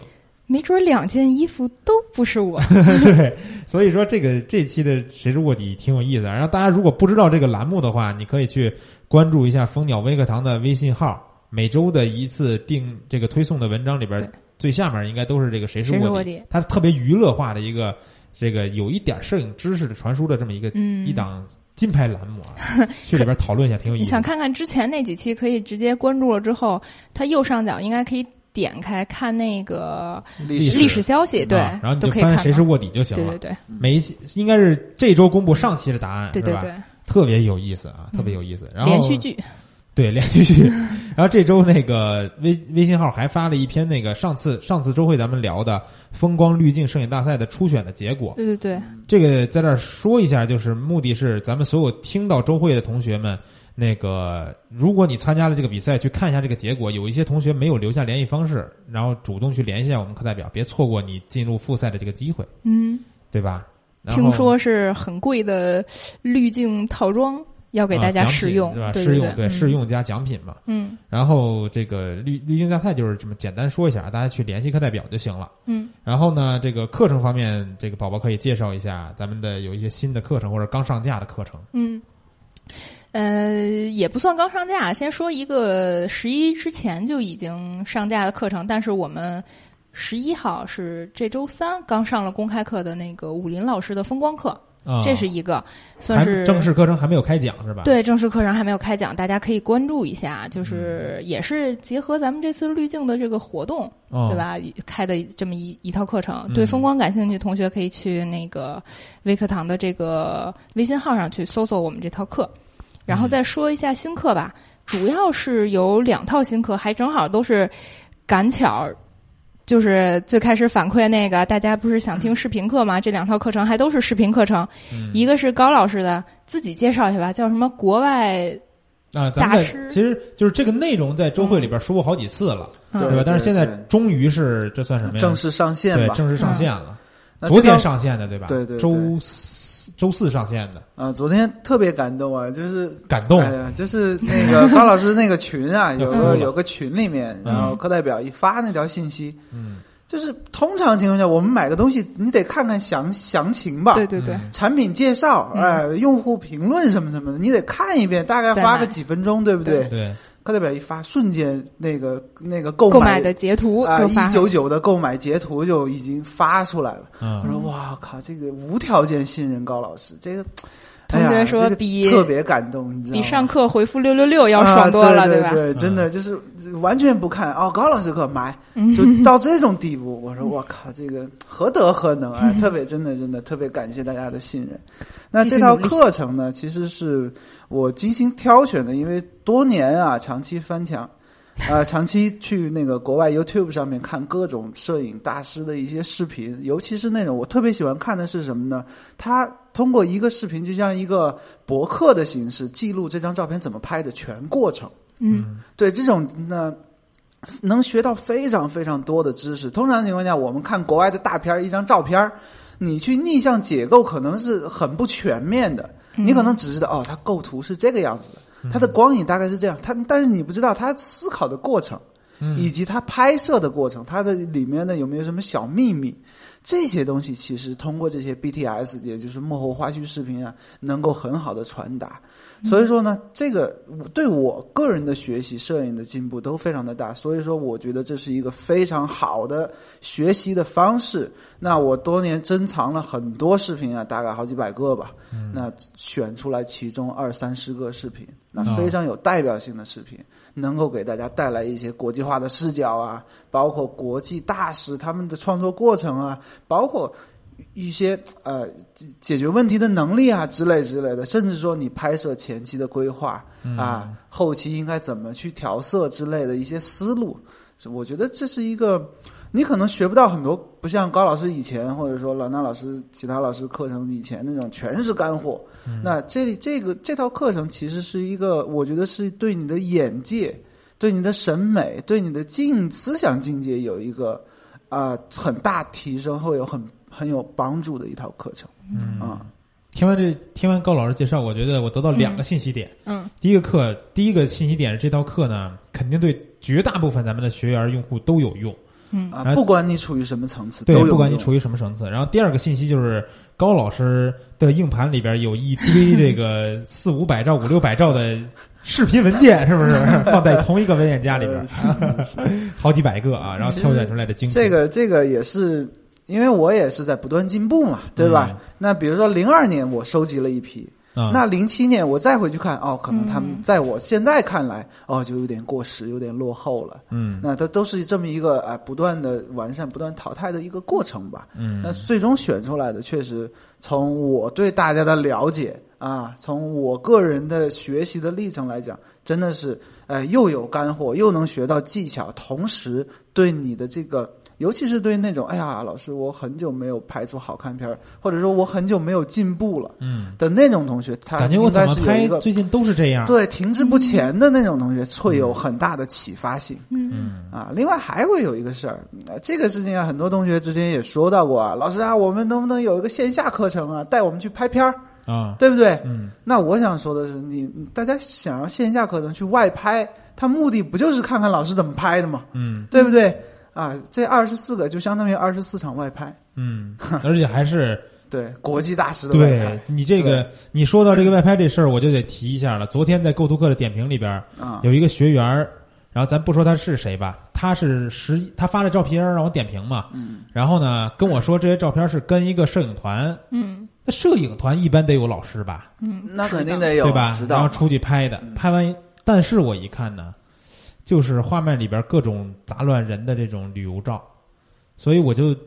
Speaker 2: 没准儿两件衣服都不是 我，
Speaker 1: 对，所以说这个这期的谁是卧底挺有意思的。啊然后大家如果不知道这个栏目的话，你可以去关注一下蜂鸟微课堂的微信号，每周的一次定这个推送的文章里边
Speaker 2: 对，
Speaker 1: 最下面应该都是这个谁是
Speaker 2: 谁是
Speaker 1: 卧
Speaker 2: 卧
Speaker 1: 底，
Speaker 2: 底
Speaker 1: 它特别娱乐化的一个这个有一点摄影知识的传输的这么一个、
Speaker 2: 嗯，
Speaker 1: 一档金牌栏 目啊，去里边讨论一下挺有意
Speaker 2: 你
Speaker 1: 思
Speaker 2: 想
Speaker 1: 的。
Speaker 2: 看看之前那几期，可以直接关注了之后，它右上角应该可以点开看那个
Speaker 3: 历
Speaker 1: 是
Speaker 2: 历史消息，对
Speaker 1: 啊，然后你
Speaker 2: 都
Speaker 1: 就
Speaker 2: 可以
Speaker 1: 发
Speaker 2: 看
Speaker 1: 现
Speaker 2: 到。
Speaker 1: 谁是卧底就行
Speaker 2: 对
Speaker 1: 了
Speaker 2: 对。对
Speaker 1: 每一期应该是这周公布上期的答案，
Speaker 2: 对
Speaker 1: 是
Speaker 2: 对
Speaker 1: 吧？
Speaker 2: 对，
Speaker 1: 特别有意思啊，特别
Speaker 2: 嗯
Speaker 1: 有意思。然后
Speaker 2: 连续剧，
Speaker 1: 对，连续剧。然后这周那个微微信号还发了一篇那个上次上次周会咱们聊的风光滤镜摄影大赛的初选的结果。
Speaker 2: 对对对，
Speaker 1: 这个在这儿说一下，就是目的是咱们所有听到周会的同学们，那个如果你参加了这个比赛，去看一下这个结果，有一些同学没有留下联系方式，然后主动去联系一下我们课代表，别错过你进入复赛的这个机会，
Speaker 2: 嗯，
Speaker 1: 对吧？然后
Speaker 2: 听说是很贵的滤镜套装，要给大
Speaker 1: 啊
Speaker 2: 家
Speaker 1: 奖
Speaker 2: 试
Speaker 1: 品
Speaker 2: 用
Speaker 1: 对吧？，
Speaker 2: 对
Speaker 1: 试用
Speaker 2: 对，
Speaker 1: 试。用加奖品嘛。
Speaker 2: 嗯
Speaker 1: 然后这个滤滤镜大赛就是这么简单说一下，大家去联系课代表就行了。
Speaker 2: 嗯
Speaker 1: 然后呢，这个课程方面，这个宝宝可以介绍一下咱们的有一些新的课程或者刚上架的课程。
Speaker 2: 嗯。呃，也不算刚上架，先说一个十一之前就已经上架的课程，但是我们十一号是这周三刚上了公开课的那个武林老师的风光课，
Speaker 1: 啊、
Speaker 2: 这是一个算
Speaker 1: 还
Speaker 2: 是
Speaker 1: 正式课程还没有开讲是吧？，
Speaker 2: 对，正式课程还没有开讲，大家可以关注一下，
Speaker 1: 嗯
Speaker 2: 就是也是结合咱们这次滤镜的这个活动，
Speaker 1: 哦、
Speaker 2: 对？吧？开的这么一一套课程，对
Speaker 1: 嗯
Speaker 2: 风光感兴趣的同学可以去那个微课堂的这个微信号上去搜索我们这套课，然后
Speaker 1: 嗯
Speaker 2: 再说一下新课吧。主要是有两套新课，还正好都是赶巧儿。就是最开始反馈那个，大家不是想
Speaker 3: 嗯
Speaker 2: 听视频课吗？这两套课程还都是视频课程，
Speaker 1: 嗯、
Speaker 2: 一个是高老师的，自己介绍一下吧，叫什么国外
Speaker 1: 啊，咱们
Speaker 2: 大
Speaker 1: 在
Speaker 2: 师
Speaker 1: 其实就是这个内容在周会里边说过好几次了，
Speaker 2: 嗯
Speaker 1: 对吧？但是现在
Speaker 3: 对对
Speaker 1: 终于是这算什么呀？
Speaker 3: 嗯正式上线
Speaker 1: 对
Speaker 3: 吧。
Speaker 1: 正式上线了，
Speaker 3: 那
Speaker 1: 昨
Speaker 3: 这
Speaker 1: 天
Speaker 3: 套
Speaker 1: 上线的对吧？
Speaker 3: 对对对
Speaker 1: 周四周四上线的，
Speaker 3: 啊，昨天特别感动啊，就是
Speaker 1: 感动。
Speaker 3: 哎呀，就是那 个高老师那个群啊，有
Speaker 1: 嗯
Speaker 3: 个有个群里面，然后课代表一发那条信息，
Speaker 1: 嗯，
Speaker 3: 就是通常情况下，我们买个东西，你得看看详详情吧。
Speaker 2: 对对对，
Speaker 1: 嗯
Speaker 3: 产品介绍，
Speaker 2: 嗯
Speaker 3: 哎，用户评论什么什么的，你得看一遍，大概
Speaker 2: 再
Speaker 3: 花
Speaker 2: 买
Speaker 3: 个几分钟，对不对？
Speaker 1: 对，
Speaker 3: 课代表一发，瞬间那个那个购
Speaker 2: 购
Speaker 3: 买
Speaker 2: 的截图
Speaker 3: 啊
Speaker 2: 就发
Speaker 3: 一九九的购买截图就已经发出来了。我
Speaker 1: 嗯，
Speaker 3: 说哇靠，这个无条件信任高老师，这个
Speaker 2: 同
Speaker 3: 哎呀
Speaker 2: 学说
Speaker 3: 这个
Speaker 2: 比
Speaker 3: 特别感动，你知道
Speaker 2: 比
Speaker 3: 吗？
Speaker 2: 上课回复六六六要爽多了，
Speaker 3: 啊、对
Speaker 2: 吧？
Speaker 3: 对，真的就是完全不看哦，高老师课买，
Speaker 2: 嗯
Speaker 3: 就到这种地步。我说我靠，这个何德何能啊！特别真的真的特别感谢大家的信任。
Speaker 2: 嗯
Speaker 3: 那
Speaker 2: 继续
Speaker 3: 这套
Speaker 2: 努力
Speaker 3: 课程呢，其实是我精心挑选的，因为多年啊长期翻墙。啊，长期去那个国外 YouTube 上面看各种摄影大师的一些视频，尤其是那种我特别喜欢看的是什么呢？他通过一个视频，就像一个博客的形式，记录这张照片怎么拍的全过程。
Speaker 2: 嗯
Speaker 3: 对这种那能学到非常非常多的知识。通常情况下，我们看国外的大片儿，一张照片儿，你去逆向解构可能是很不全面的，你可能只知道哦，它构图是这个样子的。它的光影大概是这样，它但是你不知道它思考的过程，
Speaker 1: 嗯
Speaker 3: 以及它拍摄的过程，它的里面呢有没有什么小秘密？这些东西其实通过这些 BTS，也就是幕后花絮视频啊，能够很好的传达。所以说呢，这个对我个人的学习、摄影的进步都非常的大。所以说，我觉得这是一个非常好的学习的方式。那我多年珍藏了很多视频啊，大概好几百个吧。那选出来其中二三十个视频，那
Speaker 1: 嗯
Speaker 3: 非常有代表性的视频，能够给大家带来一些国际化的视角啊，包括国际大师他们的创作过程啊，包括一些呃解解决问题的能力啊之类之类的，甚至说你拍摄前期的规划
Speaker 1: 嗯
Speaker 3: 啊，后期应该怎么去调色之类的一些思路，是我觉得这是一个你可能学不到很多，不像高老师以前或者说老衲老师其他老师课程以前那种全是干货。
Speaker 1: 嗯
Speaker 3: 那这里这个这套课程其实是一个，我觉得是对你的眼界、对你的审美、对你的境思想境界有一个啊、很大提升，会有很很有帮助的一套课程。嗯啊，
Speaker 1: 听完这听完高老师介绍，我觉得我得到两个信息点。
Speaker 2: 嗯
Speaker 1: 第一个课，第一个信息点是这套课呢，肯定对绝大部分咱们的学员用户都有用。
Speaker 2: 嗯
Speaker 3: 啊
Speaker 1: 哎，
Speaker 3: 不管你处于什么层次，都
Speaker 1: 对，
Speaker 3: 有
Speaker 1: 不管你
Speaker 3: 用
Speaker 1: 处于什么层次。然后第二个信息就是高老师的硬盘里边有一堆这个四五百兆、五六百兆的视频文件，是不是放在同一个文件夹里边，
Speaker 3: 呃是是
Speaker 1: 好几百个啊？然后挑选出来的精
Speaker 3: 这个这个也是，因为我也是在不断进步嘛，对吧？
Speaker 1: 嗯
Speaker 3: 那比如说零二年我收集了一批，
Speaker 1: 啊，
Speaker 3: 那零七年我再回去看，哦，可能他们
Speaker 2: 嗯
Speaker 3: 在我现在看来，哦，就有点过时，有点落后了。
Speaker 1: 嗯
Speaker 3: 那它都是这么一个啊、不断的完善、不断淘汰的一个过程吧。
Speaker 1: 嗯
Speaker 3: 那最终选出来的，确实从我对大家的了解啊，从我个人的学习的历程来讲，真哎的是，呃，又有干货，又能学到技巧，同时对你的这个尤其是对那种哎呀，老师我很久没有拍出好看片儿，或者说我很久没有进步了
Speaker 1: 嗯，
Speaker 3: 的那种同学，他
Speaker 1: 感觉我
Speaker 3: 应
Speaker 1: 怎
Speaker 3: 该
Speaker 1: 么
Speaker 3: 是有
Speaker 1: 拍
Speaker 3: 一个
Speaker 1: 最近都是这样。，嗯
Speaker 3: 对停滞不前的那种同学，会有很大的启发性。
Speaker 2: 嗯
Speaker 1: 嗯
Speaker 3: 啊，另外还会有一个事儿，呃这个事情啊，很多同学之前也说到过啊，老师啊，我们能不能有一个线下课程啊，带我们去拍片儿，
Speaker 1: 啊，
Speaker 3: 对不对？
Speaker 1: 嗯
Speaker 3: 那我想说的是，你大家想要线下课程去外拍，它目的不就是看看老师怎么拍的吗？
Speaker 1: 嗯
Speaker 3: 对不对？啊，这二十四个就相当于二十四场外拍，
Speaker 1: 嗯，而且还 是
Speaker 3: 对，国际大师的外
Speaker 1: 对
Speaker 3: 拍
Speaker 1: 你这个，你说到这个外拍这事儿，我就得提一下了。昨天在构图课的点评里边儿，
Speaker 3: 啊，
Speaker 1: 有一个学员儿，然后咱不说他是谁吧，他是十一，他发的照片儿让我点评嘛，
Speaker 3: 嗯，
Speaker 1: 然后呢跟我说这些照片儿是跟一个摄影团，
Speaker 2: 嗯
Speaker 1: 那摄影团一般得有老师吧，
Speaker 2: 嗯，
Speaker 3: 那肯定
Speaker 2: 是的。
Speaker 3: 得有，
Speaker 1: 对吧
Speaker 3: 知？
Speaker 1: 然
Speaker 3: 道
Speaker 1: 后
Speaker 3: 嘛，
Speaker 1: 出去拍的，
Speaker 3: 嗯
Speaker 1: 拍完，但是我一看呢，就是画面里边各种杂乱人的这种旅游照，所以我就嘖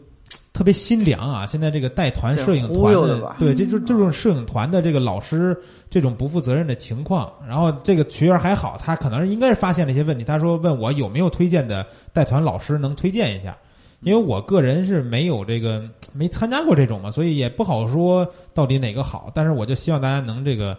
Speaker 1: 特别心凉啊！现在这个带团
Speaker 3: 这
Speaker 1: 摄影
Speaker 3: 忽
Speaker 1: 团
Speaker 3: 悠
Speaker 1: 的
Speaker 3: 的吧嗯
Speaker 1: 对，这就这种摄影团的这个老师这种不负责任的情况，然后这个学员还好，他可能应该是发现了一些问题，他说问我有没有推荐的带团老师能推荐一下。因为我个人是没有这个没参加过这种嘛，所以也不好说到底哪个好。但是我就希望大家能这个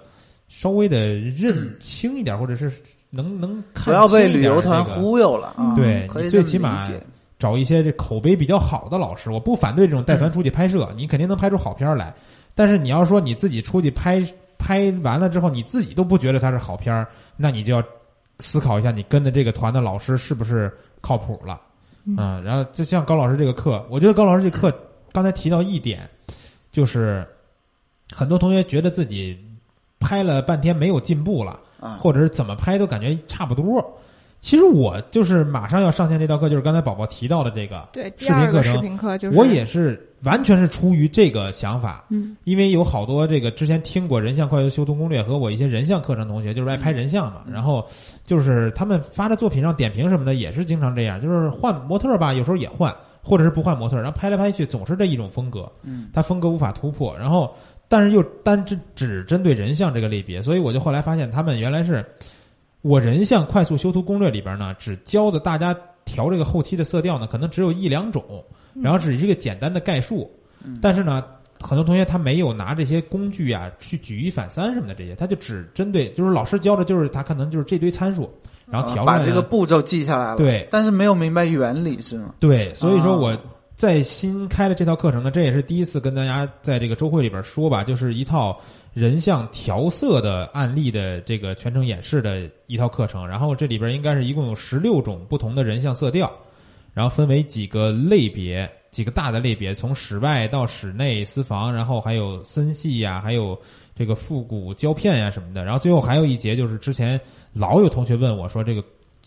Speaker 1: 稍微的认清一点，或者是能能看
Speaker 3: 不要
Speaker 1: 清
Speaker 3: 被
Speaker 1: 一
Speaker 3: 旅
Speaker 1: 点
Speaker 3: 游
Speaker 1: 这
Speaker 3: 团
Speaker 1: 个
Speaker 3: 忽悠了啊，
Speaker 1: 对
Speaker 3: 可以
Speaker 1: 你最
Speaker 3: 这么
Speaker 1: 起码
Speaker 3: 理解
Speaker 1: 找一些这口碑比较好的老师，我不反对这种带团出去拍摄，你肯定能拍出好片儿来。但是你要说你自己出去拍拍完了之后，你自己都不觉得它是好片儿，那你就要思考一下，你跟的这个团的老师是不是靠谱了？
Speaker 2: 嗯
Speaker 1: 嗯，然后就像高老师这个课，我觉得高老师这课刚才提到一点，就是很多同学觉得自己拍了半天没有进步了。
Speaker 2: 嗯
Speaker 3: 啊，
Speaker 1: 或者是怎么拍都感觉差不多。其实我就是马上要上线这道课，就是刚才宝宝提到的这个，
Speaker 2: 对，
Speaker 1: 视
Speaker 2: 第
Speaker 1: 频
Speaker 2: 二
Speaker 1: 课
Speaker 2: 个
Speaker 1: 程
Speaker 2: 视频课就是
Speaker 1: 我也是完全是出于这个想法，
Speaker 2: 嗯
Speaker 1: 因为有好多这个之前听过人像快速修图攻略和我一些人像课程同学，就是爱拍人像嘛，
Speaker 3: 嗯
Speaker 1: 然后就是他们发的作品上点评什么的也是经常这样，就是换模特儿吧，有时候也换，或者是不换模特儿，然后拍来拍去总是这一种风格，
Speaker 3: 嗯
Speaker 1: 它风格无法突破，然后但是又单只只针对人像这个类别，所以我就后来发现他们原来是我人像快速修图攻略里边呢，只教的大家调这个后期的色调呢，可能只有一两种，然后只是一个简单的概述，
Speaker 3: 嗯
Speaker 1: 但是呢。很多同学他没有拿这些工具啊去举一反三什么的这些，他就只针对就是老师教的，就是他可能就是这堆参数，然后
Speaker 3: 啊
Speaker 1: 调过
Speaker 3: 把
Speaker 1: 来
Speaker 3: 这
Speaker 1: 呢
Speaker 3: 个步骤记下来了，
Speaker 1: 对
Speaker 3: 但是没有明白原理是吗？
Speaker 1: 对，所以说我
Speaker 3: 啊
Speaker 1: 在新开的这套课程呢，这也是第一次跟大家在这个周会里边说吧，就是一套人像调色的案例的这个全程演示的一套课程。然后这里边应该是一共有十六种不同的人像色调，然后分为几个类别，几个大的类别，从室外到室内、私房，然后还有森系呀、还有这个复古胶片呀、什么的。然后最后还有一节就是之前老有同学问我说，这个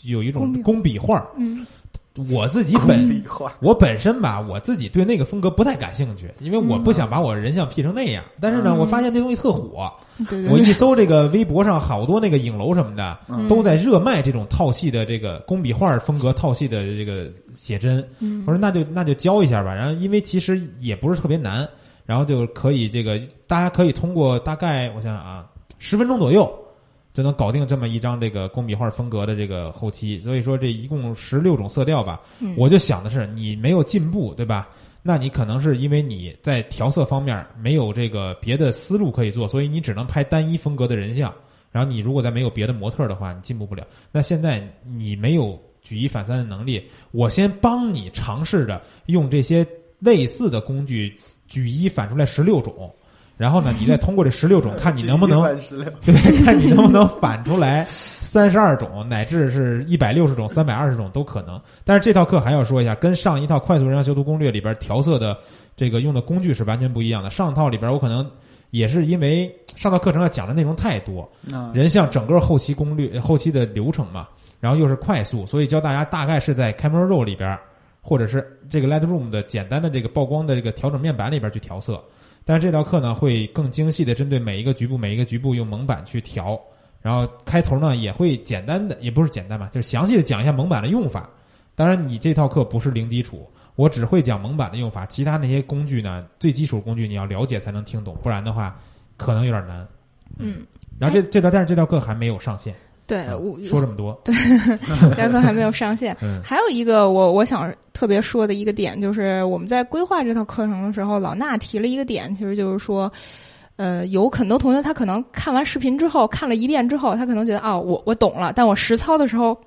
Speaker 1: 有一种工笔画，
Speaker 2: 嗯
Speaker 1: 我自己本
Speaker 3: 笔画，
Speaker 1: 我本身吧，我自己对那个风格不太感兴趣，因为我不想把我人像 P 成那样。但是呢，
Speaker 2: 嗯
Speaker 1: 我发现这东西特火，
Speaker 2: 对
Speaker 1: 我
Speaker 2: 对
Speaker 1: 一
Speaker 2: 对，
Speaker 1: 搜这个微博上好多那个影楼什么的，
Speaker 3: 嗯
Speaker 1: 都在热卖这种套系的这个工笔画风格套系的这个写真。
Speaker 2: 嗯
Speaker 1: 我说那就那就教一下吧。然后因为其实也不是特别难，然后就可以这个大家可以通过大概我想想啊十分钟左右就能搞定这么一张这个工笔画风格的这个后期。所以说这一共十六种色调吧，
Speaker 2: 嗯
Speaker 1: 我就想的是你没有进步，对吧？那你可能是因为你在调色方面没有这个别的思路可以做，所以你只能拍单一风格的人像。然后你如果再没有别的模特的话，你进步不了。那现在你没有举一反三的能力，我先帮你尝试着用这些类似的工具举一反出来十六种，然后呢，你再通过这十六种看你能不能
Speaker 3: 十六？
Speaker 1: 对，看你能不能反出来三十二种，乃至是一百六十种、三百二十种都可能。但是这套课还要说一下，跟上一套《快速人像修图攻略》里边调色的这个用的工具是完全不一样的。上套里边我可能也是因为上套课程要讲的内容太多，
Speaker 3: 啊
Speaker 1: 人像整个后期攻略、呃后期的流程嘛，然后又是快速，所以教大家大概是在 Camera Raw 里边，或者是这个 Lightroom 的简单的这个曝光的这个调整面板里边去调色。但是这道课呢，会更精细的针对每一个局部、每一个局部用蒙板去调。然后开头呢，也会简单的，也不是简单吧，就是详细的讲一下蒙板的用法。当然，你这套课不是零基础，我只会讲蒙板的用法，其他那些工具呢，最基础的工具你要了解才能听懂，不然的话可能有点难。
Speaker 2: 嗯，
Speaker 1: 然后这这道，但是这道课还没有上线。
Speaker 2: 对
Speaker 1: 啊，
Speaker 2: 我
Speaker 1: 说这么多，
Speaker 2: 加科还没有上线。
Speaker 1: 嗯
Speaker 2: 还有一个我我想特别说的一个点，就是我们在规划这套课程的时候，老衲提了一个点，其实就是说，呃，有很多同学他可能看完视频之后，看了一遍之后，他可能觉得啊、我我懂了，但我实操的时候。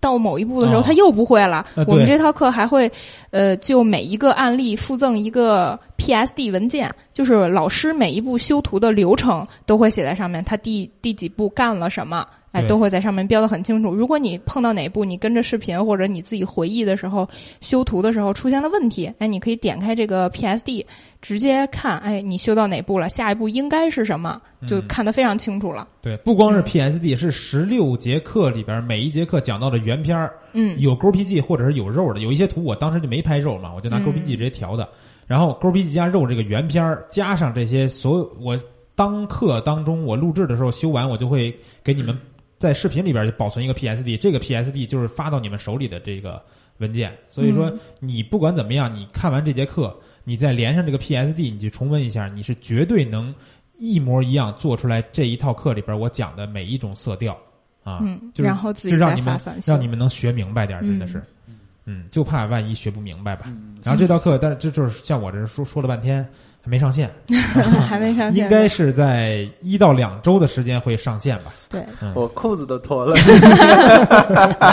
Speaker 2: 到某一步的时候，
Speaker 1: 哦
Speaker 2: 他又不会了。
Speaker 1: 呃
Speaker 2: 我们
Speaker 1: 对
Speaker 2: 这套课还会，呃，就每一个案例附赠一个 PSD 文件，就是老师每一步修图的流程都会写在上面，他第第几步干了什么，哎，
Speaker 1: 对
Speaker 2: 都会在上面标的很清楚。如果你碰到哪步，你跟着视频或者你自己回忆的时候，修图的时候出现了问题，哎，你可以点开这个 PSD，直接看，哎，你修到哪步了，下一步应该是什么，就
Speaker 1: 嗯
Speaker 2: 看得非常清楚了。
Speaker 1: 对，不光是
Speaker 2: 嗯
Speaker 1: PSD，是十六节课里边每一节课讲到的原片儿，
Speaker 2: 嗯，
Speaker 1: 有勾 PG 或者是有肉的，有一些图我当时就没拍肉嘛，我就拿
Speaker 2: 嗯
Speaker 1: 勾 PG 直接调的。然后勾 PG 加肉这个原片儿，加上这些所有我当课当中我录制的时候修完，我就会给你们在视频里边保存一个 PSD，这个 PSD 就是发到你们手里的这个文件。所以说
Speaker 2: 嗯
Speaker 1: 你不管怎么样，你看完这节课，你再连上这个 PSD，你去重温一下，你是绝对能一模一样做出来这一套课里边我讲的每一种色调啊。
Speaker 2: 嗯
Speaker 1: 就是
Speaker 2: 然后自己
Speaker 1: 就让
Speaker 2: 再
Speaker 1: 你
Speaker 2: 发
Speaker 1: 们
Speaker 2: 散修
Speaker 1: 让你们能学明白点儿，真的是，嗯，就怕万一学不明白
Speaker 2: 嗯
Speaker 1: 吧。
Speaker 3: 嗯
Speaker 1: 然后这道课，但是这就是像我这说说了半天还没上线，
Speaker 2: 还没上
Speaker 1: 啊
Speaker 2: 线，
Speaker 1: 应该是在一到两周的时间会上线吧。
Speaker 2: 对，
Speaker 1: 嗯
Speaker 3: 我裤子都脱了。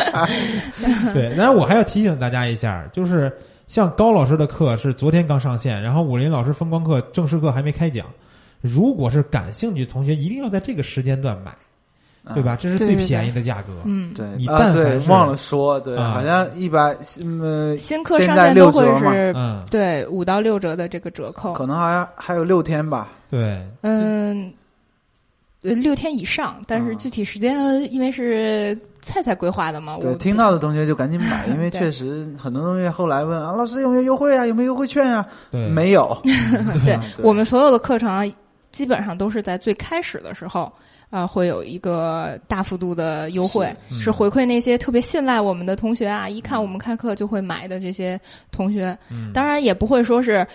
Speaker 1: 对，然后我还要提醒大家一下，就是像高老师的课是昨天刚上线，然后武林老师风光课正式课还没开讲。如果是感兴趣的同学，一定要在这个时间段买， 对吧？这是最
Speaker 2: 嗯对对
Speaker 1: 便宜的价格。
Speaker 2: 嗯，
Speaker 3: 啊对，
Speaker 1: 你
Speaker 3: 啊，
Speaker 1: 但凡
Speaker 3: 对，
Speaker 1: 是
Speaker 3: 忘了说，对，
Speaker 1: 啊
Speaker 3: 好像一百，嗯，
Speaker 2: 新课
Speaker 3: 现
Speaker 2: 上
Speaker 3: 在
Speaker 2: 线
Speaker 3: 六
Speaker 2: 都会
Speaker 3: 折嘛
Speaker 2: 是
Speaker 1: 嗯，
Speaker 2: 对五到六折的这个折扣，
Speaker 3: 可能好像还有六天吧。
Speaker 1: 对，
Speaker 2: 嗯，呃，六天以上，但是
Speaker 1: 啊
Speaker 3: 嗯
Speaker 2: 具体时间因为是菜菜规划的嘛，
Speaker 3: 对
Speaker 2: 啊我，
Speaker 3: 听到的同学就赶紧买，因 为
Speaker 2: 对
Speaker 3: 确实很多同学后来问啊，老师有没有优惠啊？有没有优惠券啊？
Speaker 1: 对，
Speaker 3: 没有，
Speaker 2: 对
Speaker 3: 嗯
Speaker 2: 我们所有的课程啊，基本上都是在最开始的时候。啊，会有一个大幅度的优惠，
Speaker 1: 是嗯
Speaker 2: 是回馈那些特别信赖我们的同学啊，一看我们开课就会买的这些同学。
Speaker 1: 嗯，
Speaker 2: 当然也不会说是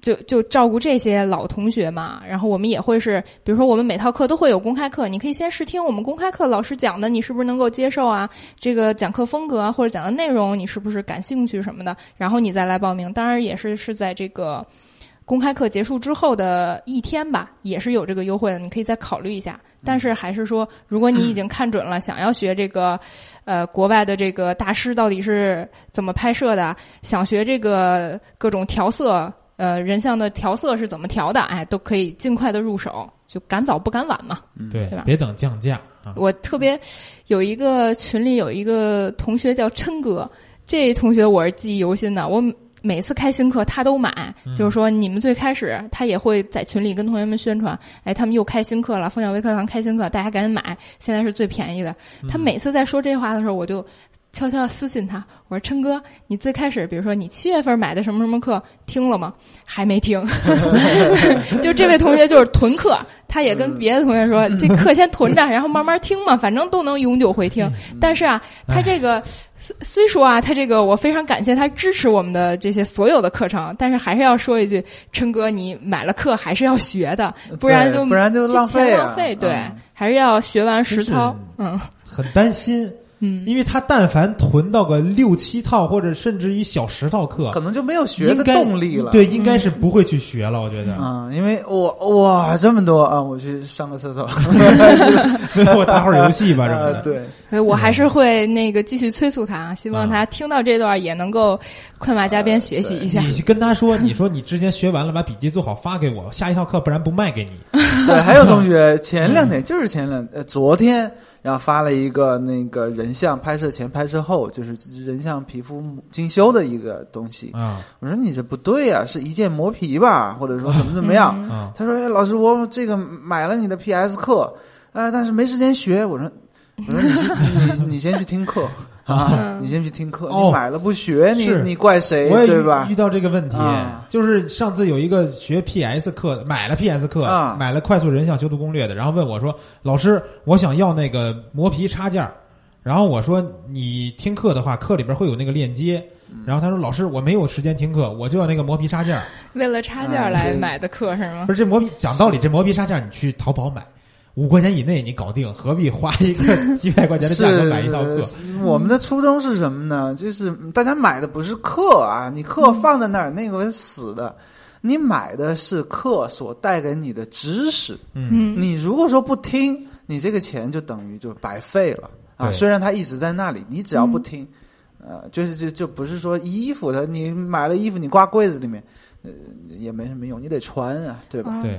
Speaker 2: 就就照顾这些老同学嘛。然后我们也会是，比如说我们每套课都会有公开课，你可以先试听我们公开课老师讲的，你是不是能够接受啊？这个讲课风格啊，或者讲的内容，你是不是感兴趣什么的？然后你再来报名。当然也是是在这个。公开课结束之后的一天吧，也是有这个优惠的，你可以再考虑一下。但是还是说，如果你已经看准了，想要学这个，呃，国外的这个大师到底是怎么拍摄的，想学这个各种调色，呃，人像的调色是怎么调的，哎，都可以尽快的入手，就赶早不赶晚嘛。
Speaker 1: 对
Speaker 2: 对吧，
Speaker 1: 别等降价啊。
Speaker 2: 我特别有一个群里有一个同学叫琛哥，这同学我是记忆犹新的，我。每次开新课，他都买，就是说你们最开始他也会在群里跟同学们宣传，哎，他们又开新课了，凤小微课堂开新课，大家赶紧买，现在是最便宜的。他
Speaker 1: 嗯
Speaker 2: 每次在说这话的时候，我就悄悄私信他，我说：“琛哥，你最开始，比如说你七月份买的什么什么课，听了吗？还没听。 就这位同学就是囤课，他也跟别的同学说，
Speaker 3: 嗯
Speaker 2: 这课先囤着，然后慢慢听嘛，反正都能永久回
Speaker 3: 嗯
Speaker 2: 听。但是啊，他这个虽虽说啊，他这个我非常感谢他支持我们的这些所有的课程，啊但是还是要说一句，琛哥，你买了课还是要学的，不然
Speaker 3: 对
Speaker 2: 就
Speaker 3: 不然就
Speaker 2: 这
Speaker 3: 浪
Speaker 2: 钱
Speaker 3: 费啊
Speaker 2: 浪费，对，
Speaker 3: 嗯
Speaker 2: 还是要学完实操，嗯。”
Speaker 1: 很担心，
Speaker 2: 嗯，
Speaker 1: 因为他但凡囤到个六七套，或者甚至于小十套课，
Speaker 3: 可能就没有学的
Speaker 1: 应该
Speaker 3: 动力了。
Speaker 1: 对，
Speaker 2: 嗯
Speaker 1: 应该是不会去学了，我觉得。
Speaker 3: 啊、因为我哇这么多啊，我去上 个厕所。
Speaker 2: 嗯
Speaker 1: 最后打会儿游戏吧什
Speaker 2: 呃
Speaker 1: 么
Speaker 3: 啊，
Speaker 1: 的。
Speaker 3: 对，
Speaker 2: 所以我还是会那个继续催促他，啊希
Speaker 1: 啊
Speaker 2: 望他听到这段也能够快马加鞭学习一下。
Speaker 1: 你跟他说，你说你之前学完了，把笔记做好发给我，下一套课不然不卖 给你。
Speaker 3: 对，还有同学前两天就是前两呃昨天，然后发了一个那个人像拍摄前拍摄后，就是人像皮肤精修的一个东西。
Speaker 1: 啊
Speaker 3: 我说你这不对啊，是一键磨皮吧，或者说怎么怎么样？
Speaker 2: 嗯
Speaker 1: 啊，
Speaker 3: 他说：“哎，老师，我这个买了你的 PS 课，啊、但是没时间学。”我说：“我说你去你你先去听课啊，
Speaker 2: 嗯
Speaker 3: 你先去听课，
Speaker 1: 哦
Speaker 3: 你买了不学，你
Speaker 1: 是
Speaker 3: 你怪谁
Speaker 1: 我也
Speaker 3: 哎对吧
Speaker 1: 遇？”到这个问题
Speaker 3: 啊，
Speaker 1: 就是上次有一个学 PS 课，买了 PS 课，
Speaker 3: 啊
Speaker 1: 买了《快速人像修图攻略》的，然后问我说：“老师，我想要那个磨皮插件儿。”然后我说：“你听课的话，课里边会有那个链接。”然后他说：“老师，我没有时间听课，我就要那个磨皮插件儿。”
Speaker 2: 为了插件来买的课是吗
Speaker 1: 不？是这磨皮，讲道理，这磨皮砂件你去淘宝买。五块钱以内你搞定，何必花一 个几百块钱的价格买一道课？
Speaker 3: 是我们的初衷是什么呢？就是大家买的不是课啊，你课放在那儿，那个是死的。你买的是课所带给你的知识，
Speaker 1: 嗯，
Speaker 2: 嗯
Speaker 3: 你如果说不听，你这个钱就等于就白费了啊。
Speaker 1: 对嗯
Speaker 3: 虽然它一直在那里，你只要不听，呃，就是就就不是说衣服它，你买了衣服你挂柜子里面，呃，也没什么用，你得穿啊，对吧？
Speaker 2: 啊
Speaker 1: 对，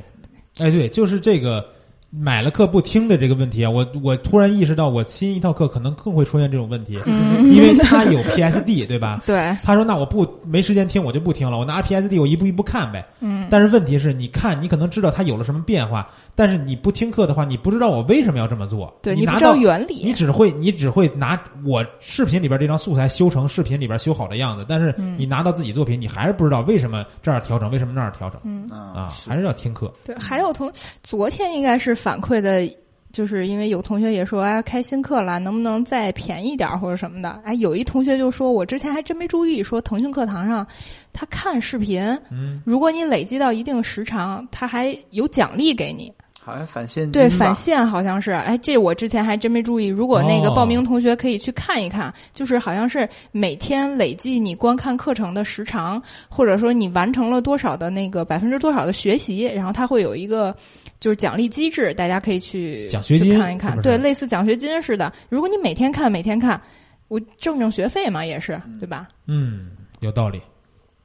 Speaker 1: 哎对，就是这个买了课不听的这个问题啊，我我突然意识到，我新一套课可能更会出现这种问题，
Speaker 2: 嗯
Speaker 1: 因为他有 PSD 对吧？
Speaker 2: 对，
Speaker 1: 他说：“那我不没时间听，我就不听了。我拿着 PSD，我一步一步看呗。
Speaker 2: 嗯，
Speaker 1: 但是问题是，你看，你可能知道它有了什么变化，但是你不听课的话，你不知道我为什么要这么做。
Speaker 2: 对
Speaker 1: 你
Speaker 2: 不
Speaker 1: 拿
Speaker 2: 知道
Speaker 1: 到
Speaker 2: 原
Speaker 1: 你
Speaker 2: 理，
Speaker 1: 只会你只会拿我视频里边这张素材修成视频里边修好的样子，但是
Speaker 2: 嗯
Speaker 1: 你拿到自己作品，你还是不知道为什么这儿调整，为什么那儿调整
Speaker 2: 嗯，
Speaker 1: 啊
Speaker 3: 啊，，
Speaker 1: 还是要听课。
Speaker 2: 对，还有同昨天应该是反馈的，就是因为有同学也说，哎，开新课了，能不能再便宜点儿或者什么的？哎，有一同学就说，我之前还真没注意，说腾讯课堂上他看视频，
Speaker 1: 嗯，
Speaker 2: 如果你累积到一定时长，他还有奖励给你。
Speaker 3: 好像返现金
Speaker 2: 对，
Speaker 3: 吧
Speaker 2: 返现好像是，哎，这我之前还真没注意。如果那个
Speaker 1: 哦
Speaker 2: 报名同学可以去看一看，就是好像是每天累计你观看课程的时长，或者说你完成了多少的那个百分之多少的学习，然后它会有一个就是奖励机制，大家可以去
Speaker 1: 奖学金
Speaker 2: 去看一
Speaker 1: 是
Speaker 2: 看，
Speaker 1: 不是
Speaker 2: 对，类似奖学金似的。如果你每天看，每天看，我挣挣学费嘛，也是对吧？
Speaker 1: 嗯，有道理。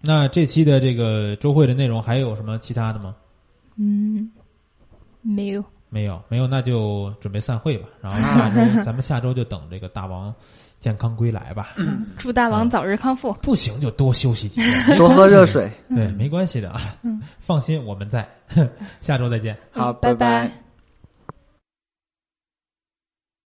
Speaker 1: 那这期的这个周会的内容还有什么其他的吗？
Speaker 2: 嗯，没 有，
Speaker 1: 没有，没有，那就准备散会吧。然后下周咱们下周就等这个大王健康归来吧。
Speaker 2: 祝大王
Speaker 1: 嗯
Speaker 2: 早日康复。
Speaker 1: 不行就多休息几天，
Speaker 3: 多喝热水。
Speaker 1: 对，没关系的啊。放心，我们在。下周再见。
Speaker 3: 好，
Speaker 2: 嗯拜
Speaker 3: 拜
Speaker 2: 拜